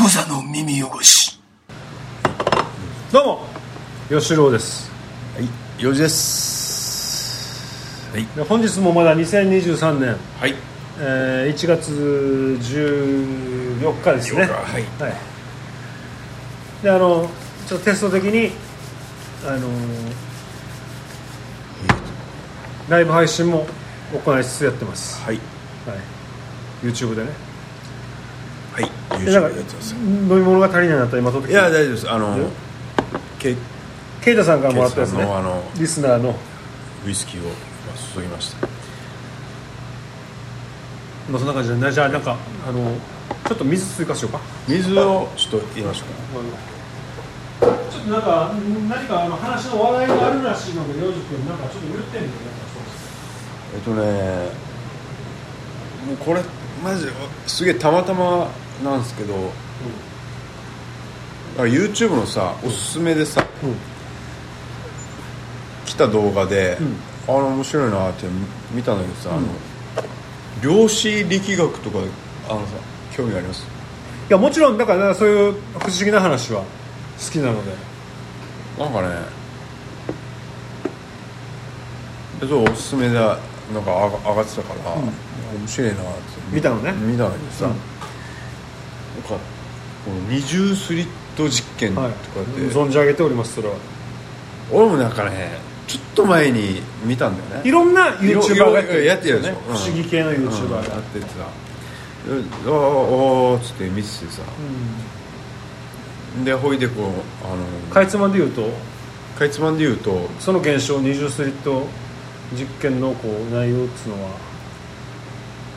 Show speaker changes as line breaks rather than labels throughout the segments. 無座の耳汚し
どうも吉郎です
はい、よじです。はい、
で本日もまだ2023年、
はい、
えー1月14日ですね
了解はい
はい、であのちょっとテスト的にあのーライブ配信も行いつつやってます、
はい、
はい、YouTube でね
はい、
でなんか
YouTube やってます。
飲み物が足りないなと今取って
い
きて
や、大丈夫です。あの、け、ウ
ケイタさんからもらったやつね
ケイタさんのあの
リスナーの
イスキーをまあ注ぎました。
まあそんな感じで、ね、じゃあなんかあのちょっと水追加しようか
水をちょっと入れましょ
ちょっとなんか何かあの話の話題があるらしいので洋治君なんかちょっと言ってんのよ
うか。えっとね、もうこれマジすげえたまたまなんですけど、あ YouTube のさおすすめでさ、
うん
来た動画で、あの面白いなって見たんだけどさ、あの量子力学とかあのさ興味あります。
いやもちろんだからそういう不思議な話は好きなので
なんかねちょっとおすすめだなんか上が上がってたから、面白いなって
見たのね
見たんだけどさ、
うん
なんかこの二重スリット実験とか
は
っ
い
て、
存じ上げておりますそれは
俺もなんかねちょっと前に見たんだよ
い
ね
ろんない
ろ
YouTuber がやってる
やってるよね
不思議系の
うん
YouTuber が、
やっててさであーあーっつって見ててさ、でほいでこうあの
かいつまんで言うと
かいつまんで言うと
その現象二重スリット実験のこう内容っつうのは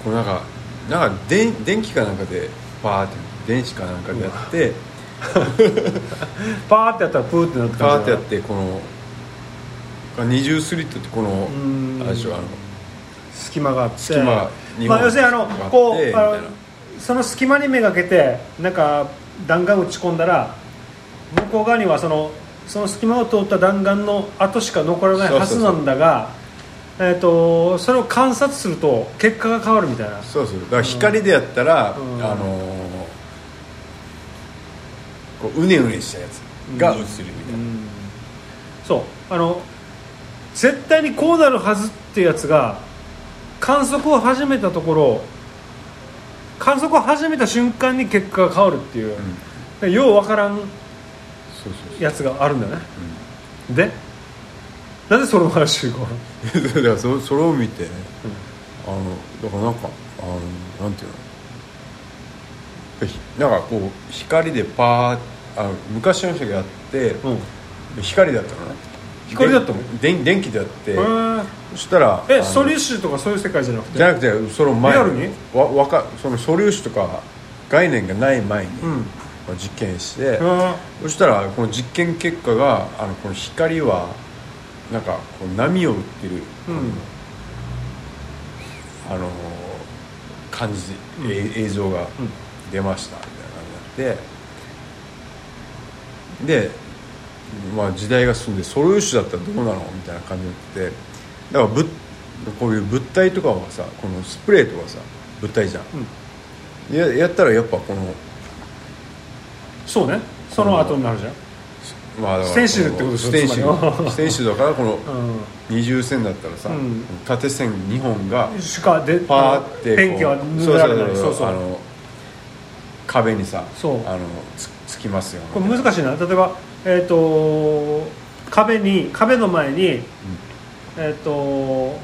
こうなんかなんかで電気かなんかでバーって電子かなんかでやって
パーってやったらプーってなって
バーってやっ
って
この二重スリットってこの
ん
あれでしょあの
隙間があって
隙間が日本
まあ、要するにあの
があって
こう
みたいな
あのその隙間に目がけてなんか弾丸打ち込んだら向こう側にはそのその隙間を通った弾丸の跡しか残らないはずなんだがえー、とそれを観察すると結果が変わるみたいな
そうそうだから光でやったら、
うん
あのーこううねうねしたやつが映るみたいな、
そうあの絶対にこうなるはずってやつが観測を始めたところ観測を始めた瞬間に結果が変わるっていう、でようわからん
そうそう
やつがあるんだよね、でなぜその話をこう
だからそそれを見てね、あのだからなんかあのなんていうのひなんかこう光でパーあの昔の人がやって、
うん
光だったのね
光だったの
で電電気でやって、
へ
そしたら
え
あ
え
の
素粒子とかそういう世界じゃなくて
じゃなくてその前
リアルに
わわかその素粒子とか概念がない前に、
うん
まあ実験して、
うん
そしたらこの実験結果があのこの光はなんかこう波を打ってる、
うん
あのー感じ、え映像が出ましたみたいな感じになってで、まあ、時代が進んで素粒子だったらどうなのみたいな感じになってだからぶこういう物体とかはさこのスプレーとかさ物体じゃん、ややったらやっぱこの
そうねその後になるじゃん、
まあだからこの
ステンシルってことでしょ
ステンシル
つまりは
ステンシルだからこの
うん
二重線だったらさ、
うん
縦線2本が
しかで
パーってこう
ペンキは塗られないそうそう
あの壁にさ
そう
あのつつきますよね
これ難しいな例えば、えー、と壁に壁の前に、えっ、と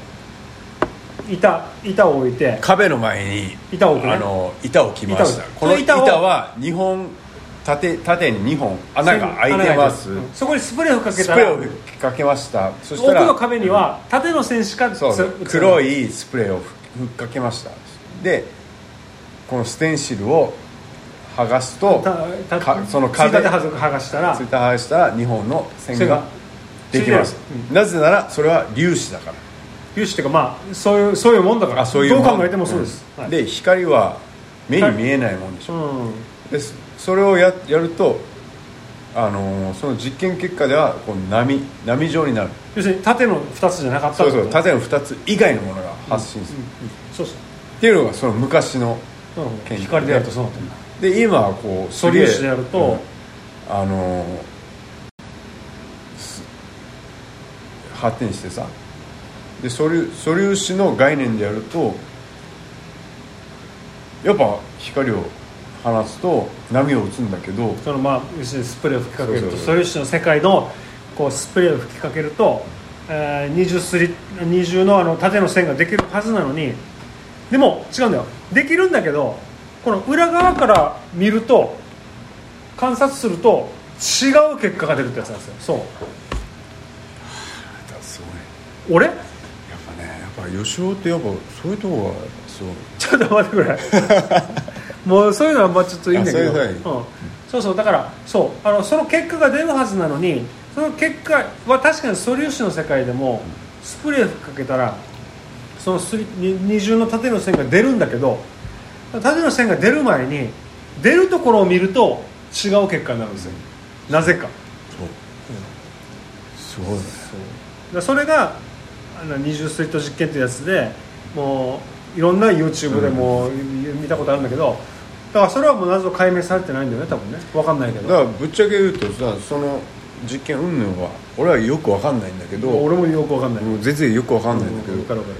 板板を置いて
壁の前に
板を置くね
あの板を置きました
板を
この
その板
板
を
は2本縦縦に2本穴が開いてます
うんそこにスプレーをかけ
ス
た
プレ
ら
ーをかけましたそした
奥
ら
の壁には縦の線しか
そう
つ
黒
映らない
いスプレーをふふっかけましたでこのステンシルを剥がすと
た
か
た
その
ついた
壁
てはず剥がしたら
ツイッターしたら2本の線ができます
線、
なぜならそれは粒子だか
有志っていうかまあそういうそういうもんだから
らあそういうもん
どう考えてもそうです、
ん
はい
で光は目に見えないもんでし
う
ょ、
ん
ですそれをややると、あのーその実験結果ではこう波波状になる
要するに縦の2つじゃなかった
そうそう
ってこと
縦の2つ以外のものが発信する、
そうそう
っていうのがその昔の
なるほど
研究
光でやるとそうなってんだ
で今はこう
素
すげえ
粒子でやると
うんあのーす発展してさで素粒素粒子の概念でやるとやっぱ光を放つと波を打つんだけど
そのまあ要するにスプレーを吹きかけると
そうそうそう
素粒子の世界のこうスプレーを吹きかけると、えー二重すり二重のあの縦の線ができるはずなのにでも違うんだよできるんだけどこの裏側から見ると観察すると違う結果が出るってやつなんですよそう
すごい
俺
やっぱねやっぱ吉尾ってやっぱそういうとこがやっぱすごい
ちょっと待ってく れもうそういうのはまあちょっといいんだけど
あそういうふう
うん、そうそうだからそうあのその結果が出るはずなのにその結果は確かに素粒子の世界でもスプレー吹っかけたらそのすりに二重の縦の線が出るんだけど縦の線が出る前に出るところを見ると違う結果になるんですよなぜか
そう、すごいね
だそれがあの二重スリット実験ってやつでもういろんな YouTube でも見たことあるんだけど、だからそれはもう謎解明されてないんだよね多分ね分かんないけ
だ
ど
からぶっちゃけ言うとさその実験云々は俺はよくわかんないんだけど
俺もよく分かんない、
もう全然よくわかんないんだけ
分
ど
か、る分か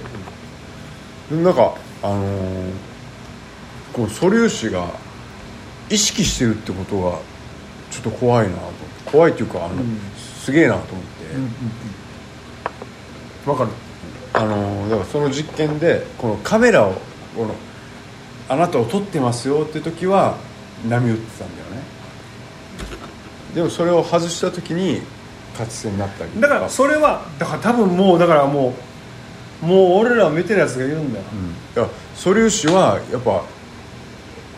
る
なんかあのーこう素粒子が意識してるってことがちょっと怖いなと思って怖いっていうかあの、
ん
すげえなと思って、
うんうんうん分かる
あのーだからその実験でこのカメラをこのあなたを撮ってますよって時は波打ってたんだよねでもそれを外した時に活性になったりと
だからそれはだから多分もうだからもうもう俺らを見てるやつがいるんだよ
うんだから素粒子はやっぱこ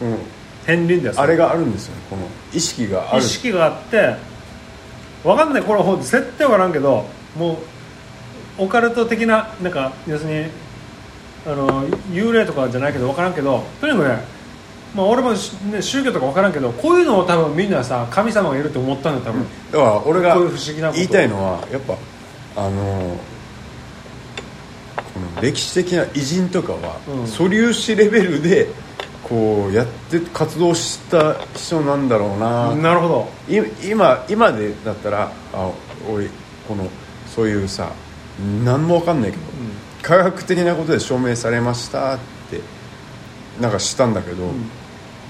の
片鱗だよ
あれがあるんですよねこの意識があ
意
る
識があって分かんないこれはほんと絶対分からんけどもうオカルト的ななんか要するにあの幽霊とかじゃないけど分からんけどとにかくね、まあ、俺もし、ね、宗教とか分からんけどこういうのを多分みんなさ神様がいると思ったんだよ多分、
だから俺が
こういう不思議なこと
言いたいのはやっぱあのーこの歴史的な偉人とかは、
うん
素粒子レベルでこうやって活動した人なんだろうな
なるほど
い今今でだったらあ俺このそういうさ何も分かんないけど、科学的なことで証明されましたってなんかしたんだけど、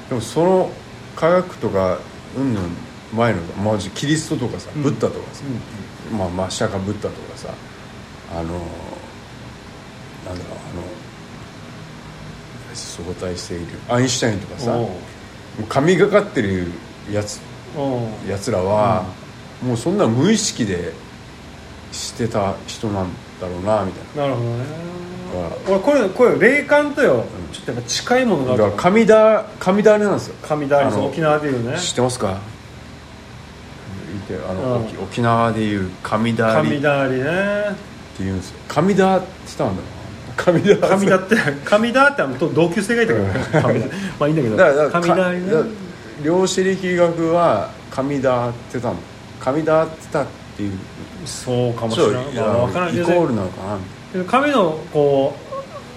でもその科学とかうんぬん前の、まあ、キリストとかさブッダとかさ、まあ、まあ釈迦ブッダとかさあのなんだろうあの相対性理論アインシュタインとかさ
おう
もう神がかってるやつ
おう
やつらは、もうそんな無意識でしてた人なんだろうなみたい
なるほどね
なだか
俺これこれ霊感とよ、ちょっとやっぱ近いものが
ら
あ
だ
る
から神田神田あれなんですよ
神だり
あの
沖縄でいうね
知ってますかいてあの、
うん
沖沖縄でいう神田あり
神
って
だりね
言うんですよ神田って言ったんだろうな神田
神田って 神田ってあのと同級生がいたから神田まあいいんだけど
だからだから
神田にね
かだから量子力学は神田って言ったの神田って言ったっていう
そうかもしれない、まあ、わからん
イ
け
コー
ど
ルなのかな
神のこ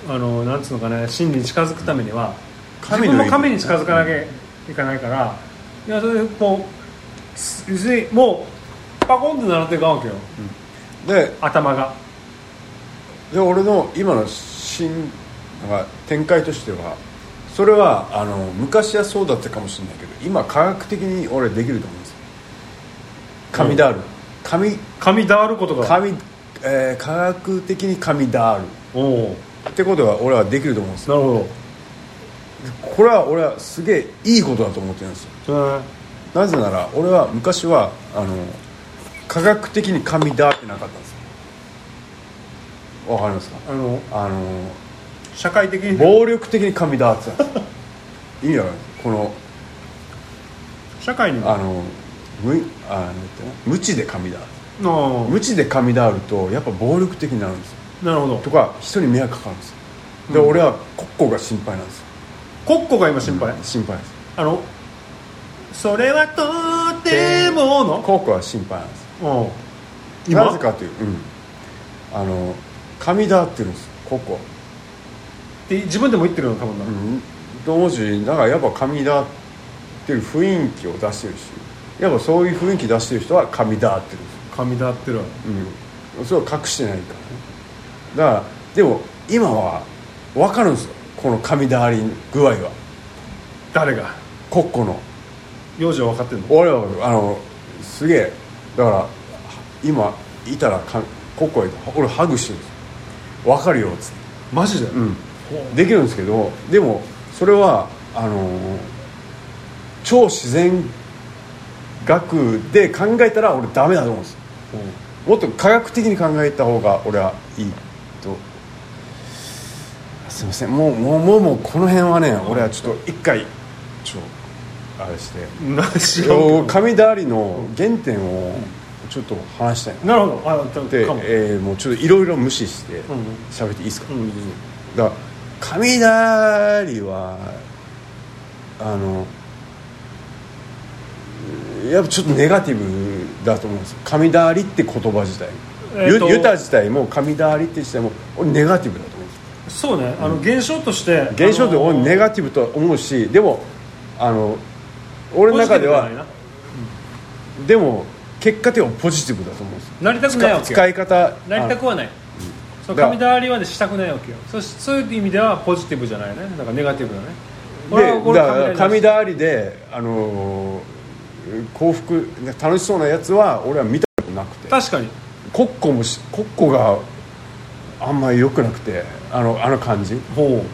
うあのなんつうのかね真理に近づくためには
神
神
の
自分も神に近づかなきゃいかないからいやそれでこうす要するにもうパコンってなっていかんわけよ
で
頭が
で俺の今の新なんか展開としてはそれはあの昔はそうだったかもしれないけど今科学的に俺できると思うんですよ神ダール、神
神だあることが
神、えー科学的に神ダール
おお
ってことは俺はできると思うんですよ
なるほ
これは俺はすげえいいことだと思ってるんですよ
ど、ね、
なぜなら俺は昔はあの科学的に神ダーってなかったんですよわかりますか
あの
あの
社会的に
暴力的に神だってたんですよ意味わかんないこの
社会に
あ
も
の無あなんていうの無知で神だ
の
無知で神だあるとやっぱ暴力的になるんですよ
なるほど
とか人に迷惑かかるんですよで、俺は国庫が心配なんですよ
国庫が今心配、
心配です
あのそれはとてもの、
国庫は心配なんです
うん、今
なぜかという、うん、あの神だって言うんですよ国庫は、
って自分でも言ってるの多分な、
うん、同時にだからやっぱ神だってる雰囲気を出してるしやっぱそういう雰囲気出してる人は神だってる
神だってる
うん、それは隠してないからねだからでも今は分かるんですよこの神だわり具合は
誰が
コッコの
幼女は分かってんの
俺はあのすげえだから今いたらかコッコがいたら俺ハグしてるんですよ分かるよっつって
マジで、
うん、できるんですけどでもそれはあのー超自然学で考えたら俺ダメだと思うんですもっと科学的に考えた方が俺はいいとすいませんもうもうもうもうこの辺はね俺はちょっと一回ちょっとあれして
うん、何しようか
神だわりの原点をちょっと話したいな
なるほどあ
で
でかも、
えーもうちょっといろいろ無視して
うん
喋っていいですか、
うん
だから雷はあのやっぱちょっとネガティブだと思うんですよ雷って言葉自体、
えーと
ユユタ自体も雷って自体も俺ネガティブだと思うんです
そうねあの現象として
よ現象って俺ネ
願
ガティブとは思うしでもあの俺の中ではでも結果的にはポジティブだと思うんですよ
なりたくないわ
使
けよ
使い方
なりたくはないそう
だから
神だわりはねしたくないわけよそうしそういう意味ではポジティブじゃないねなんかネガティブだね俺は
で
俺
だ
は
から
神
神
だ
だわりで、あのー幸福楽しそうなやつは俺は見たことなくて
確かに
コッコもしコッコがあんまり良くなくてあのあの感じ
ほ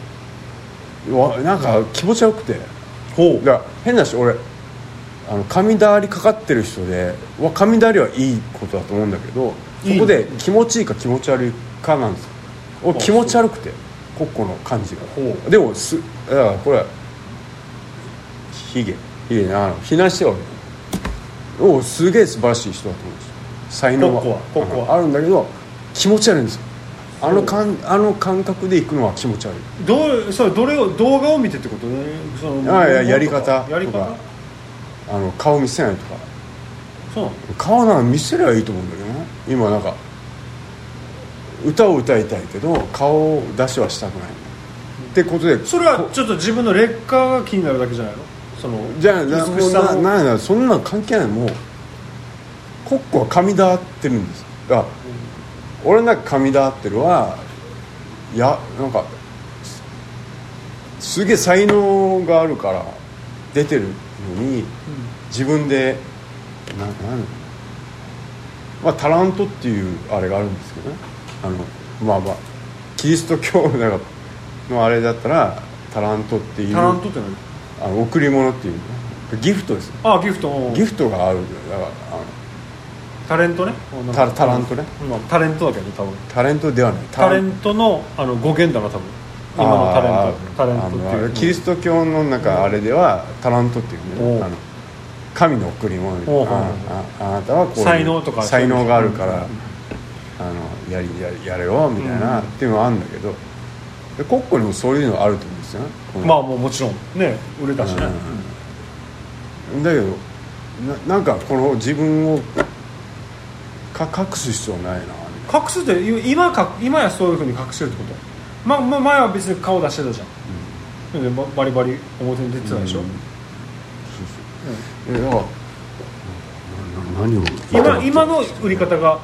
わなんか気持ち悪くて
うほ
だから変なし俺あの神だわりかかってる人でわ神だわりはいいことだと思うんだけどそ
いい
こで気持ちいいか気持ち悪いかなんですよ俺
あ
気持ち悪くてコッコの感じ
ほ
がでもすだからこれはヒゲヒゲなあの避難してるわけおすげえ素晴らしい人だと思うんですよ才能
コッコはコッコは
うんあるんだけど気持ち悪いんですよあの感あの感覚で行くのは気持ち悪い
どうそれどれを動画を見てってことねその
あいややり方
やり
と
方
かあの顔見せないとか
そうなの
顔なら見せりゃいいと思うんだけどね今なんか歌を歌いたいけど顔を出しはしたくないってことで
それはちょっと自分の劣化が気になるだけじゃないのその
じゃあな
美
も
し
う
さ
な
の
なんだそんなの関係ないもうコッコは神だわってるんですだから俺なんか神だわってるはいやなんかすすげえ才能があるから出てるのに自分でななんまあタラントっていうあれがあるんですけどねあのまあまあキリスト教なんかのあれだったらタラントっていう
タラントって
あの贈り物っていうねギフトですよ
何あギフト
ギフトがあるんだよだから
タレントね
あのタタラントね
まあタレントだけどね多分
タレントではない
タレントのあの語源だな多分今のタレントタレントって
あ
い
の
う
キリスト教の中あれではタラントっていう
お
ね
う
あの神の贈り物みたい
おう
なあああなたはこういう
才能とか
才能があるからあのやりやりやれよみたいな、
うん
っていうのはあるんだけどでコッコにもそういうのあると思うんですよねこの
まあもうもちろんね売れたしね
だけどななんかこの自分をか隠す必要ないなみ
隠すって今か今やそういうふうに隠してるってことまあまあ前は別に顔出してたじゃん、でババリバリ表に出て
た
た
いな
でしょ、
うんそうそうえだからなな何を
今今の売り方が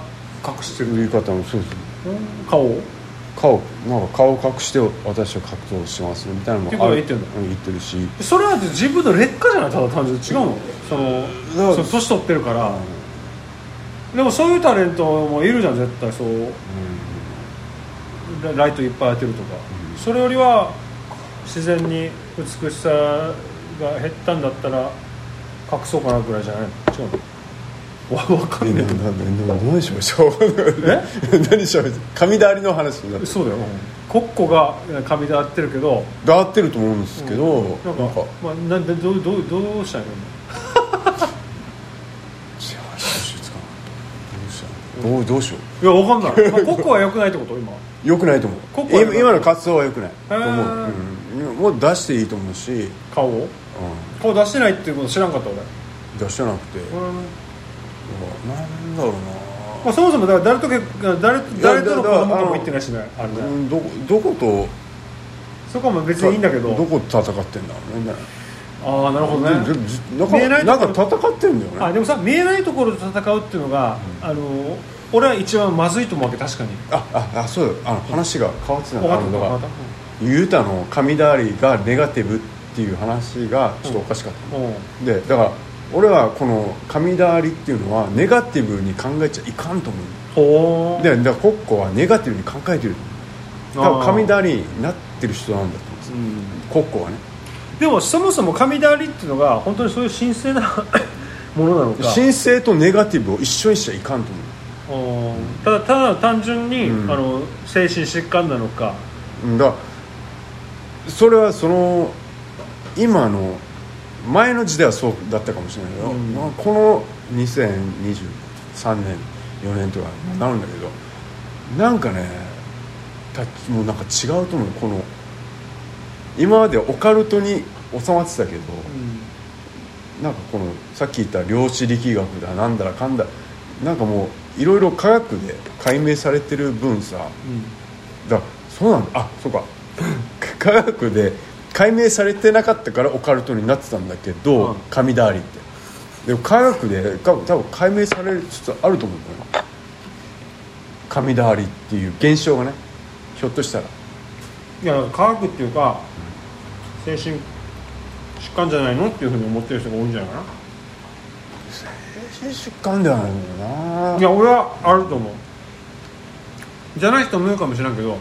隠してる
言い方もそうです
顔を
顔なんか顔を隠して私は格闘してますねみたいなのもある
ってことは言ってん
うん言ってるし
それは自分の劣化じゃないただ単純に違うのその
だから
その年取ってるから、でもそういうタレントもいるじゃん絶対そうラライトいっぱい当てるとか、それよりは自然に美しさが減ったんだったら隠そうかなぐらいじゃないの違うのわ分か
え
ん
な
ね
なな何しましょう何しましょう神だわりの話になって
えそうだよ、コッコが髪で合ってるけど
だわってると思うんですけど、
なんか
なんか
まあ、なんでどうどうどうしたんや
じゃあ収集つかないどうしたのどうどうしよ
ろいや分かんない、 まあ、コッコは良くないってこと今
うよくないと思う
ここは良くない
今今の活動はよくないと思
へ
う
ー、
うん、もう出していいと思うし、うん、
顔を顔出してないっていうこと知らんかった俺、
出してなくて、うわなんだろう
まあ、そもそもだから誰と結誰と誰との子供とも
いやだから
言ってないしねあれね、
な、うん、どこどこと
そこはもう別にいいんだけど
どこと戦ってんだろうねみたいな
あああなるほどね
ででじなん
見えな
か
いと
な
こ
んか戦ってんだよね
あでもさ見えないところと戦うっていうのが、あの俺は一番まずいと思うわけ確かに
あああそうだあの話が変わってたの
分か
あ
っ
の
た
の
分か
が
った
ユータの神だわりがネガティブっていう話がちょっとおかしかった、
うん
でだから俺はこの神だわりっていうのはネガティブに考えちゃいかんと思う
ほう
でだからコッコはネガティブに考えてる多分神だわりになってる人なんだと思うんです
う
よ
ん
コッコはね
でもそもそも神だわりっていうのが本当にそういう神聖な ものなのか
神聖とネガティブを一緒にしちゃいかんと思う
うんただただ単純に、
うん
あの精神疾患なのか
うんだからそれはその今の前の時代はそうだったかもしれないけど、
うん
まあこの2023年4年とかになるんだけど、なんかねたもうなんか違うと思うこの今までオカルトに収まってたけど、なんかこのさっき言った量子力学だなんだらかんだなんかもういろいろ科学で解明されてる分さ、だそうなんだあそうか 科学で解明されてなかったからオカルトになってたんだけど、
うん
神だわりってでも科学で多分多分解明されるつつあると思うんだよね神だわりっていう現象がねひょっとしたら
いや科学っていうか精神疾患じゃないのっていうふうに思ってる人が多いんじゃないか
精神疾患ではないんだよ
な
ない
や俺はあると思うじゃない人もいるかもしれんけど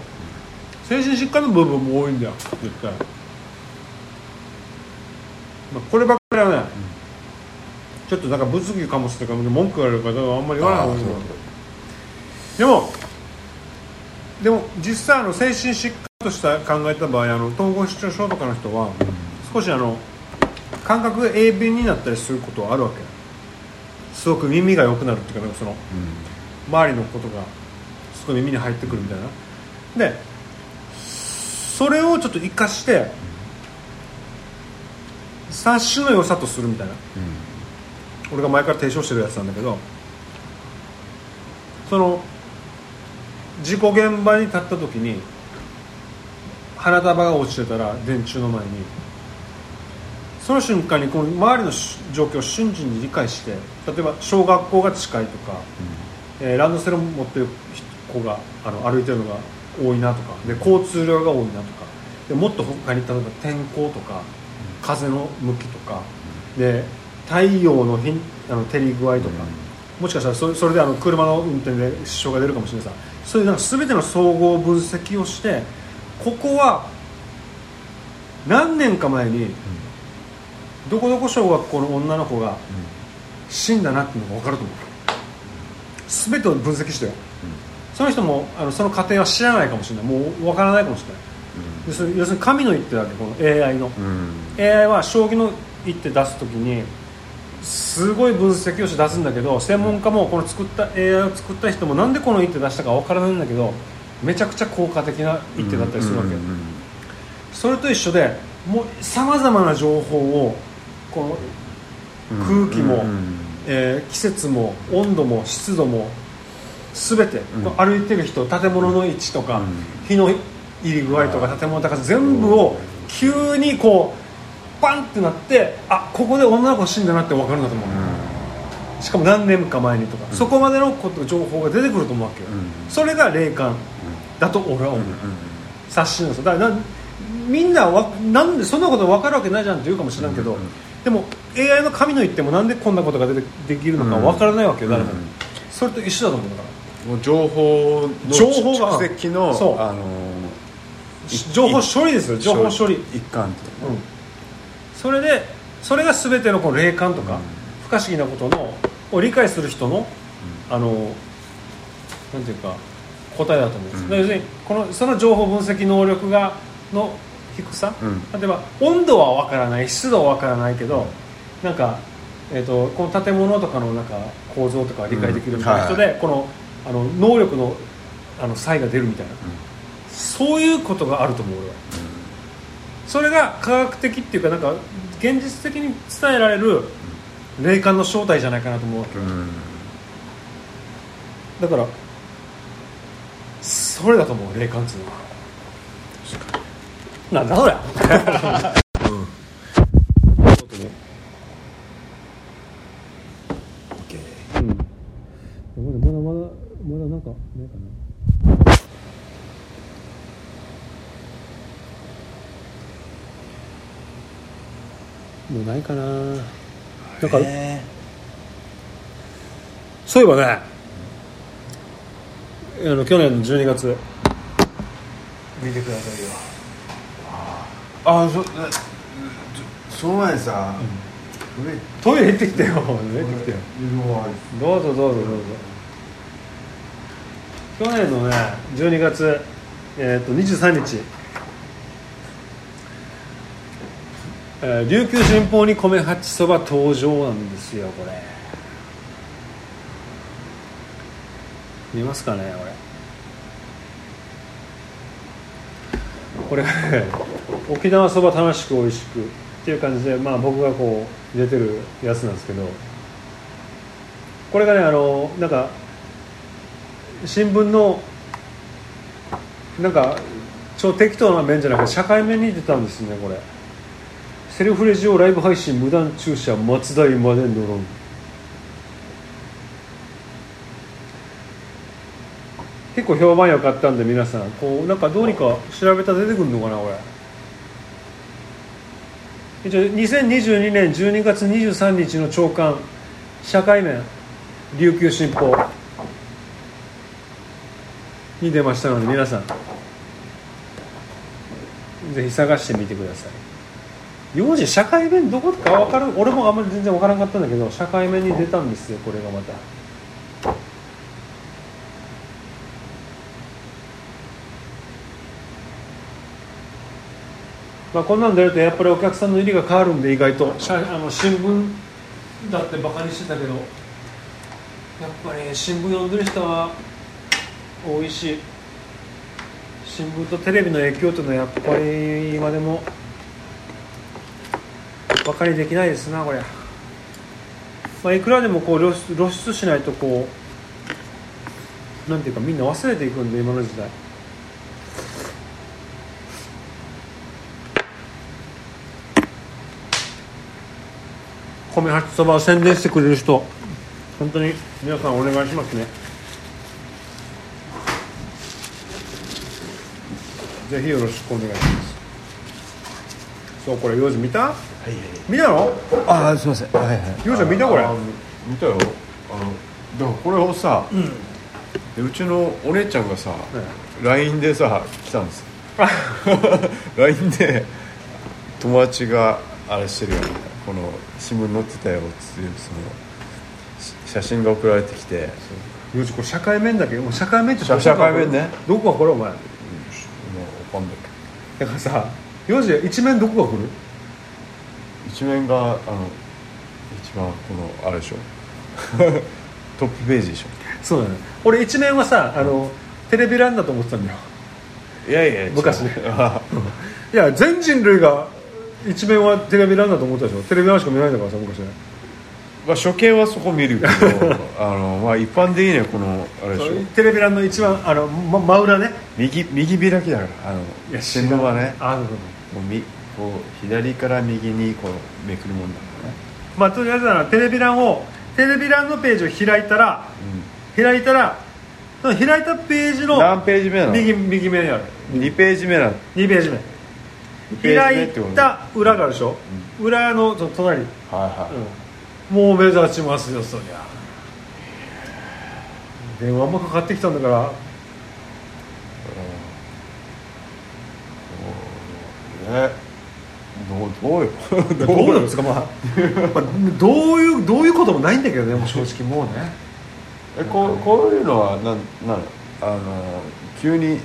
精神疾患の部分も多いんだよ絶対、まあ、こればっかりはね、ちょっとなんか物議かもしれないから文句があるからあんまり言わない方がい
あ
いと
ー
思うでもでも実際あの精神疾患とした考えた場合あの統合失調症とかの人は少しあの感覚が鋭敏になったりすることはあるわけすごく耳が良くなるっていうかなんかその周りのことがすごい耳に入ってくるみたいなでそれをちょっと生かして察しの良さとするみたいな俺が前から提唱してるやつなんだけどその事故現場に立った時に花束が落ちてたら電柱の前にその瞬間にこの周りのし状況を瞬時に理解して例えば小学校が近いとか、えーランドセル持ってる子があの歩いてるのが多いなとかで交通量が多いなとかでもっと他に例えば天候とか風の向きとかで太陽のひんあの照り具合とか、もしかしたらそれそれであの車の運転で支障が出るかもしれないさそういうなんか全ての総合分析をしてここは何年か前にどこどこ小学校の女の子が死んだなっていうのが分かると思う全てを分析してよ、その人もあのその過程は知らないかもしれないもう分からないかもしれない要する要するに神の言ってるわけこの AI の、AI は将棋の一手出す時にすごい分析をして出すんだけど専門家もこの作った AI を作った人もなんでこの一手出したかわからないんだけどめちゃくちゃ効果的な一手だったりするわけ、
うんうんうん
それと一緒でもうさまざまな情報をこの、
うん
空気も
うんうん
えー季節も温度も湿度も全て、
ん
歩いてる人建物の位置とか、
うん
日の入り具合とか建物とか全部を急にこうパンってなってあここで女の子死んだなって分かるんだと思う、しかも何年か前にとか、そこまでのこと情報が出てくると思うわけよ、
うん
それが霊感だと俺は思う、
う
察しなんですよだからなんみんなわなんでそんなこと分かるわけないじゃんって言うかもしれないけど、
うんうん
でも AI の神の言ってもなんでこんなことが出てできるのか分からないわけよ、
うん
誰も、
うん
それと一緒だと思うから
んもう情報の
情報が
蓄積の
そう
あの
し情報処理ですよ情報処理、うん、
一環というか
それでそれが全てのこの霊感とか、
うん
不可思議なことのを理解する人の、あのなんていうか答えだと思うんです、
うん
だから要するにこのその情報分析能力がの低さ、
うん
例えば温度は分からない湿度は分からないけどなんか、えー、とこの建物とかのなんか構造とかは理解できるみたいな人で、
うん
このあの能力のあの差異が出るみたいな、そういうことがあると思う俺は、それが科学的っていうかなんか現実的に伝えられる霊感の正体じゃないかなと思うわけ
うん
だからそれだと思う霊感っていうのはなんだそりゃ
うん
そう
OK
うん、まだまだまだまだなんかないかなもうないかななんか
え
そういえばねあの去年の12月見てくださいよ
ーあそえその前にさ、上
トイレ行ってきたよ出てきたよ
うわ
どうぞどうぞどうぞ去年のね12月、えー、と23日、えー琉球新報に米八そば登場なんですよこれ見ますかねこれこれ 沖縄そば楽しく美味しくっていう感じで、まあ、僕がこう出てるやつなんですけどこれがねあのなんか新聞のなんか超適当な面じゃなくて社会面に出たんですねこれセルフレジをライブ配信無断駐車松台まで乗ろう結構評判良かったんで皆さんこうなんかどうにか調べたら出てくるのかなこれ一応2022年12月23日の朝刊社会面琉球新報に出ましたので皆さんぜひ探してみてください幼児社会面どこか分かる俺もあんまり全然分からなかったんだけど社会面に出たんですよこれがまたまあこんなん出るとやっぱりお客さんの入りが変わるんで意外と社あの新聞だってバカにしてたけどやっぱり新聞読んでる人は多いし新聞とテレビの影響というのはやっぱり今でもバカにできないですなこれ、まあ、いくらでもこう露出露出しないとこうなんていうかみんな忘れていくんで今の時代米八そばを宣伝してくれる人本当に皆さんお願いしますねぜひよろしくお願いしますそうこれ幼児見た
はいはい
見たの
ああすみませんはいはい
ゆうちゃん見たこれ
あー見たよあのだからこれをさ、でうちのお姉ちゃんがさ、LINE でさ来たんです LINE で友達があれしてるよみたいなこの新聞載ってたよっつってそのし写真が送られてきて
幼児これ社会面だけどもう社会面って
社社会面ね
どこがこれお前
もうわかんない
だからさ幼児一面どこが来る
一面があの一番このあれでしょ トップページでし
そうだね俺一面はさあのテレビ欄だと思ってたんだよ
ょいやいや違う
昔 ねいや全人類が一面はテレビ欄だと思ったでしょテレビ欄しか見ないんだからさ昔ね
まあ、初見はそこ見るけど あの、まあ、一般的にはこのあれでしょ
テレビ欄の一番あの、ま、真裏ね
右右開きだからあの新聞はね
あの
もうみこう左から右にこうめくるもんだからね、
まあとりあえずあのテレビ欄をテレビ欄のページを開いたら開いたらその開いたページ
うん、
の
何ページ目なの
右右目にある
2ページ目なの
2ページ目
2ページ目
開
っ
い
てこと
た裏があるでしょ、裏のその隣、うん
はいはい、
もう目指しますよそりゃ電話もかかってきたんだから
ねどう どうよ
どうな んですか、まあ、まあどういうどういうこともないんだけどねもう正直もう ね
えこうこういうのはなんなのあの急に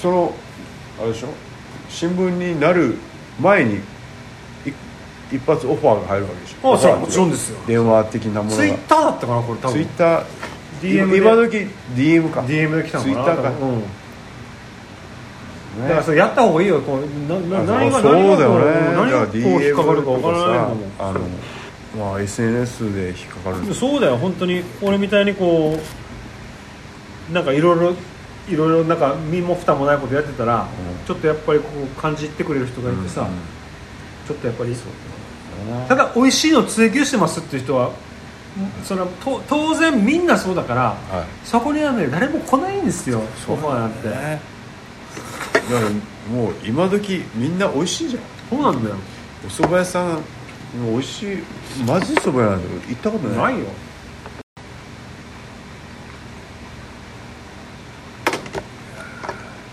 そのあれでしょ新聞になる前にい一発オファーが入るわけでしょ
あそれは
オファーっていうか
もちろんですよ
電話的なものが
ツイッターだったかなこれ多
ツイッ
分
ター
DM で
今時 DM か
DM で来たのか
ツ
な
イッターか
多分うんだ
ね
からそれやった方がいいよこうなな何が
あそうだ
何が
よ
こう
ね
何がこう引っかかるかわからないんだもん
あのまあ SNS で引っかかる
そうだよ本当に俺みたいにこうなんかいろいろいろいろなんか身も蓋もないことやってたら、
うん
ちょっとやっぱりこう感じてくれる人がいてさ、
うん
ちょっとやっぱり
うん
ただ美味しいの追求してますっていう人はそれはと当然みんなそうだから
はい
そこにはね誰も来ないんですよ
そ
オ
う
ファーなんて
だからもう今時みんな美味しいじゃん
そうなんだよ
お蕎麦屋さん美味しいまずい蕎麦屋なんだけど行ったことない
ないよ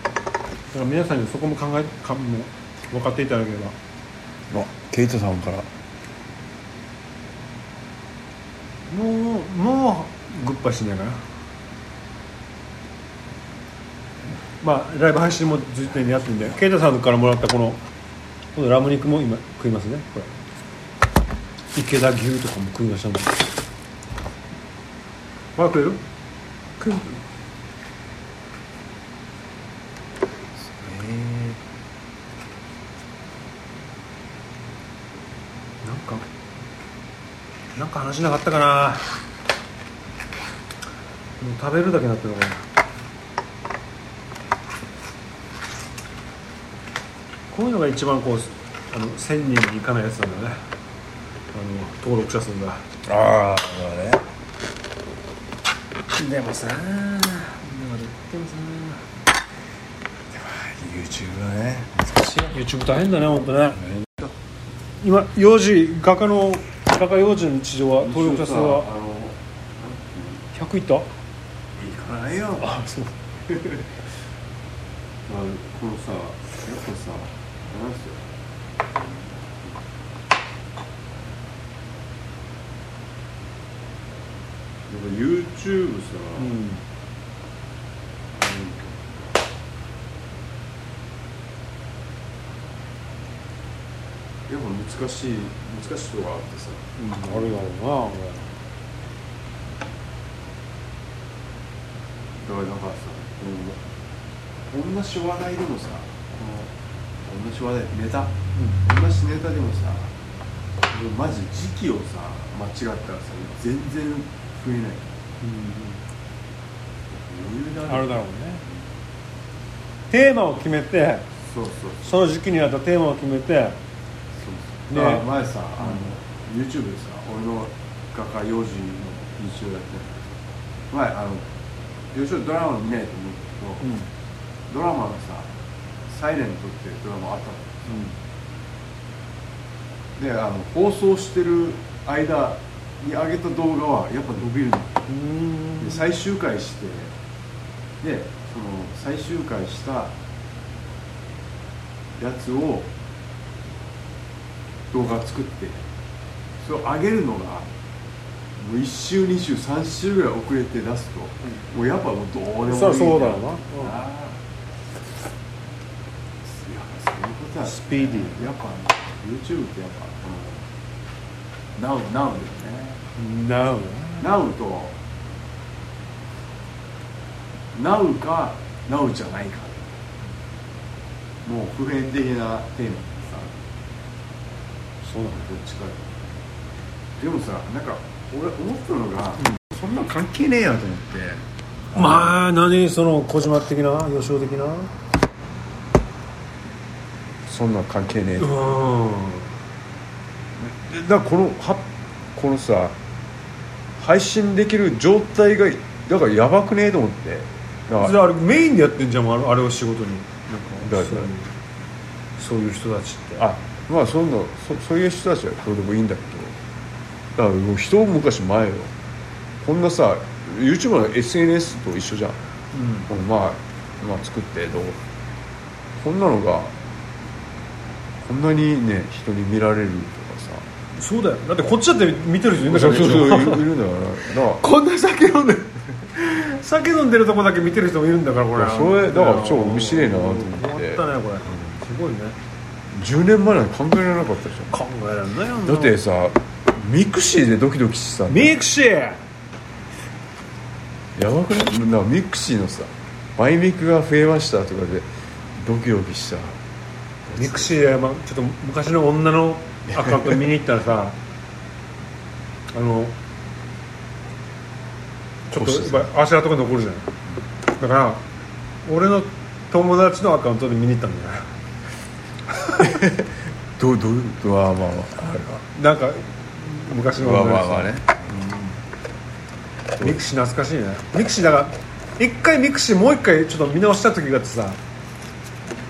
だから皆さんにそこも考えかも分かっていただければ
あケイトさんから
もうもうグッバイしながらまあライブ配信もずっとやってるんでケイタさんからもらったこのこのラム肉も今食いますねこれ池田牛とかも食いましたもんまだ食える食えるなんかなんか話なかったかなもう食べるだけになってるのかなこういうのが一番こうあの1000人にいかないやつなんだよねあの登録者数が
ああだね
でもさでもさ
YouTube はね難しい
YouTube 大変だね本当ね今幼児画家の画家幼児の日常は登録者数は100いった
行かないよ
あそう
まあ、このさ、やっぱさ、なんすよ。やっぱ YouTube さ、
うん
やっぱ難しい難しいとこがあってさ、
あるだろうな
だからだからさ、この同じ話題でもさ、この同じ話題ネタ、同じネタでもさ、マジ時期をさ間違ったらさ全然増えない。余裕だね
あるだろうねテーマを決めて
そうそうそう
その時期にあったテーマを決めて
そう
ね
だから前さ、あの YouTube でさ俺の画家幼児の日常やってた前あの幼少ドラマ見ないと思うけど、ドラマのさ「サイレントっていうドラマあったのであの放送してる間に上げた動画はやっぱ伸びるの
うん
で最終回してでその最終回したやつを動画作ってそれを上げるのがもう1週2週3週ぐらい遅れて出すと、もうやっぱもうどうでもいい
そりゃそうだよ
やっ
なうん
ぱそういうことだ
スピーディ
ーやっぱ YouTube ってやっぱこの Now Now だよね
なる
Now と Now か Now じゃないかもう普遍的なテーマでさ
そうだね
どっちかでもさなんか俺思ったのが、そんな関係ねえやと思ってあ
まあ何その小島的な予想的なうん
そんな関係ねえでだからこのはこのさ配信できる状態がだからやばくねえと思ってだから
それあれメインでやってんじゃんあれあれを仕事にな
だ
んかそういうそういう人たちって
あまあそんなそそういう人たちはどうでもいいんだけどだからもう一昔前よこんなさ YouTuber の SNS と一緒じゃん
うん
このまあ、まあ、作ってどうこんなのがこんなにね人に見られるとかさ
そうだよだってこっちだって見てる人いるんだか
そう
ら
そう
一応
いるいるんだからだか
こんな酒飲んで酒飲んでるとこだけ見てる人もいるんだからこ
い
れ
やそれだから超面白いなと思って
うん変わったねこれすごいね
ら10年前なんて考えられなかったじ
考えられないよ
ゃんだってさミクシーでドキドキしてたんだよ
ミクシー
やばくないだからミクシーのさマイミクが増えましたとかでドキドキした
ミクシーで、まあ、ちょっと昔の女のアカウント見に行ったらさあのちょっ
こう
と
してさ
やっぱ足跡が残るじゃんだから俺の友達のアカウントで見に行ったんだよ
どうどういうことはまあまあ
なんか昔の
まあ
女の
まあ
人
まあね
ミクシー懐かしいねミクシーだから一回ミクシーもう一回ちょっと見直した時があってさ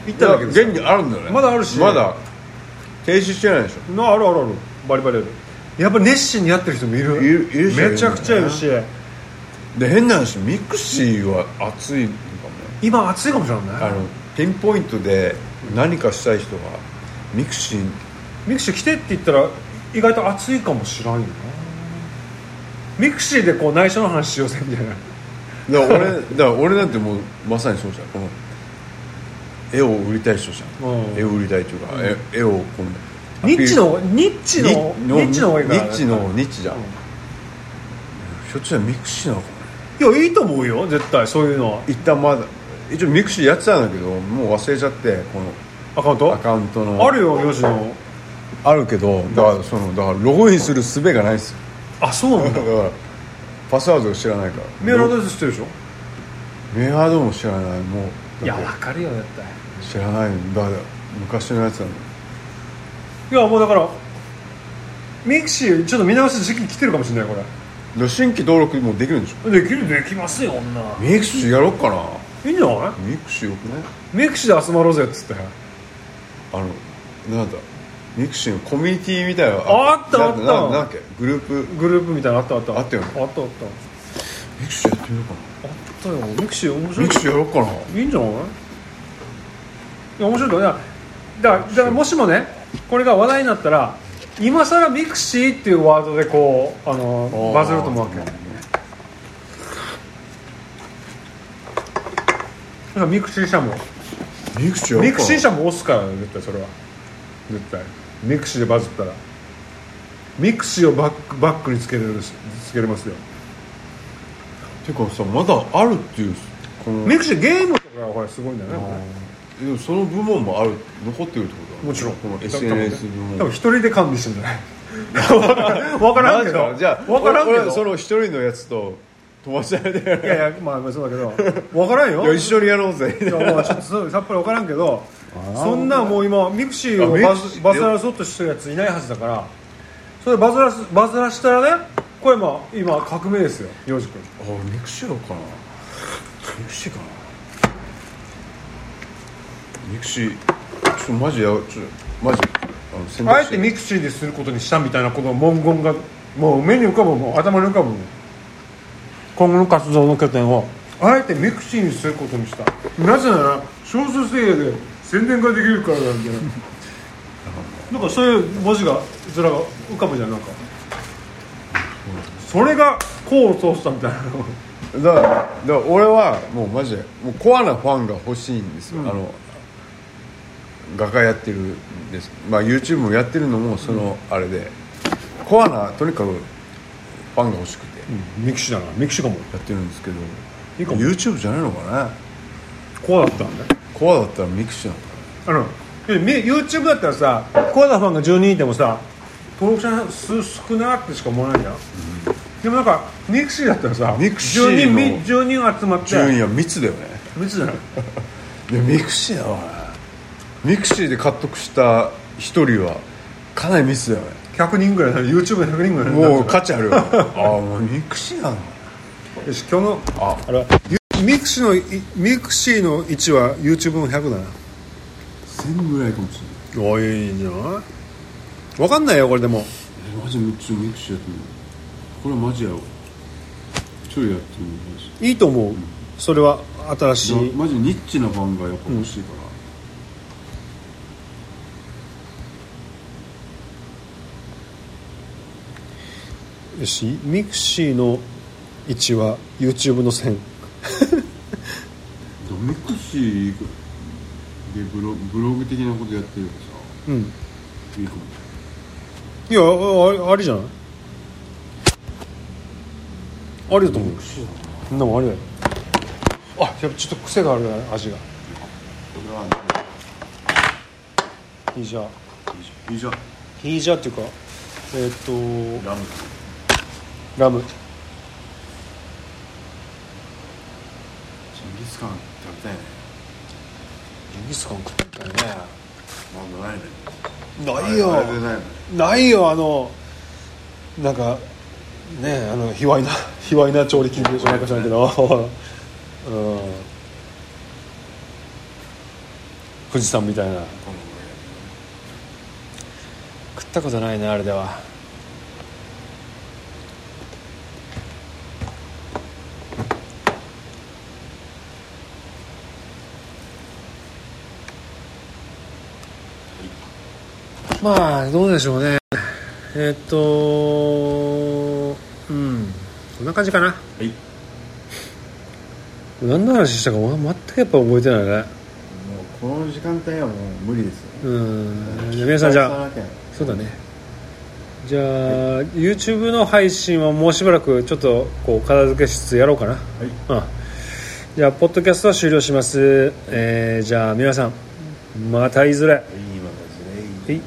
行ったんだけどさ
現にあるんだよね
まだあるし
まだ停止してないでしょ
なあるあるあるバリバリあるやっぱ熱心にやってる人もいる
いるいるし
めちゃくちゃいるし
で変な話ミクシーは熱いのかもね
今暑いかもしれ
あ
ない
のピンポイントで何かしたい人がミクシー
ミクシー来てって言ったら意外と暑いかもしれないよなミクシーでこう内緒の話しようぜみたいな
だから 俺だから俺なんてもうまさにそうじゃんこの絵を売りたい人じゃん、
うん
絵を売りたいというか、絵絵をこの
ニッチのニッチのニッチの方がいいから
ニッチのニッチじゃん、
うん
ひょっとしたらミクシーなのかない
やいいと思うよ絶対そういうのは
一旦まだ一応ミクシーやってたんだけどもう忘れちゃってこの
アカウント
アカウントの
あるよ吉野
あるけどだからそのだからログインする術がないですよ
あそうなん
だ
だ
からパスワードを知らないから
メールアドレス知ってるでしょ
メアドも知らないもう
いや
だ
わ
って
かるよ絶対
知らないんだから昔のやつなの
いやもうだからミクシーちょっと見直す時期来てるかもしれないこ
で新規登録もできるんでしょ
れできるできますよ女
ミクシーやろっかない
いんじゃない
ミクシーよくね
ミクシーで集まろうぜっつって
あのなんだミクシーのコミュニティみたいなの
あったあった
なななんだっけグループ
グループみたいなのあったあった
あったよね
あったあっ
ミクシーやってみようか
たあったよミクシー面
な
白い
ミクシーやろっかない
いんじゃないいや面白いと思ういやだからだからもしもねこれが話題になったら今さらミクシーっていうワードでこうあのバズると思うわけだか
け
らミクシー社も
ミクシーやろっかな
ミクシー社も押すから絶対それは絶対ミクシーでバズったらミクシーをバックバックにつけれるしつけれますよ
てかさまだあるっていうこの
ミクシーゲームとかがほらすごいんだよねこれ
でもその部門もある残ってるってことだね
もちろん
この
だ
SNS 部
多分
門
一人で管理してるんじゃないわ からんわからん
マ
け
ジ
ど
かじゃあ
わからんけ
俺
ど
その一人のやつと友達だよ ね
いやいやまあまあそうだけどわからんよ
いや一緒にやろうぜ
いやもうちょっとそうさっぱり分からんけど
ー
そんなもう今ミクシーを
あ
バ
ミクシ
ズ
ー
バズらそうとしてるやついないはずだからそれバズらすバズらしたらねこれまあ今革命ですよ洋治君
あミクシーやろうかなミクシーかなミクシーちょっとマジやちょっとマジあの選択肢
あえてミクシーですることにしたみたいなこの文言がもう目に浮かぶもう頭に浮かぶもん今後の活動の拠点をあえてミクシーにすることにしたなぜなら少数精鋭で宣伝ができるからなんだ よなんかそういう文字がずらが浮かぶじゃんなんかそれが功を奏したみたいな
だからだから俺はもうマジでもうコアなファンが欲しいんですよ、あの画家やってるんです、まあ、YouTube もやってるのもそのあれで、コアなとにかくファンが欲しくてや
ミクシーだなミクシーかも
ってるんですけど、
いいかも
YouTube じゃないのかな
コアだったんだ
コアだったらミクシーなのか
あのみ YouTube だったらさコアなファンが10人いてもさ登録者数少なってしか思わないじゃん、でもなんかミクシーだったらさ
ミクシーの
10人み10人集まって
な順位は密だよね
別じゃない
でミクシーだわミクシーで獲得した一人はかなりミスだよね
100人ぐらい YouTube で100人ぐらい
もう
か
価値あ るよ、ね、ああもうミクシーなの
よし今日の
あ
あれはミクシーのいミクシーの位置は YouTube の100だな
1000ぐらいかもしれない
おいいんじゃない分かんないよこれでも
えマジめっちゃミクシーやってみようこれマジやろちょいやってみようマジ
いいと思うそれは新しい
マジニッチな番がやっぱ欲しいから、
よしミクシーの位置は YouTube の1000
でもミクシーでブロブログ的なことやってるからさ
うん
いいかも
いやああありじゃないありだと思うそんなもんありだよあやっぱちょっと癖があるね味が
これは
ヒージャー
いいじゃん
ヒージャーっていうかえーっと
ラム
ラム
ジンギスカン食べたいね
ジンギスカン食ってみたい
まだないね
ねないよ
あれでないね
ないよあのなんかねあの卑猥な 卑猥な調理器具じゃないかもしれないけど、 うん、富士山みたいな食ったことないねあれではまあどうでしょうねえっとうんこんな感じかな
はいも
何の話したか俺全くやっぱ覚えてないね
うこの時間帯はもう無理ですよ
うんじゃあ皆さんじゃあそうだねじゃあ、YouTube の配信はもうしばらくちょっとこう片付けしつつやろうかな、うん、じゃあポッドキャストは終了します、えーじゃあ皆さんまたいずれ
いい話ね
はい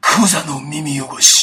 クザの耳汚し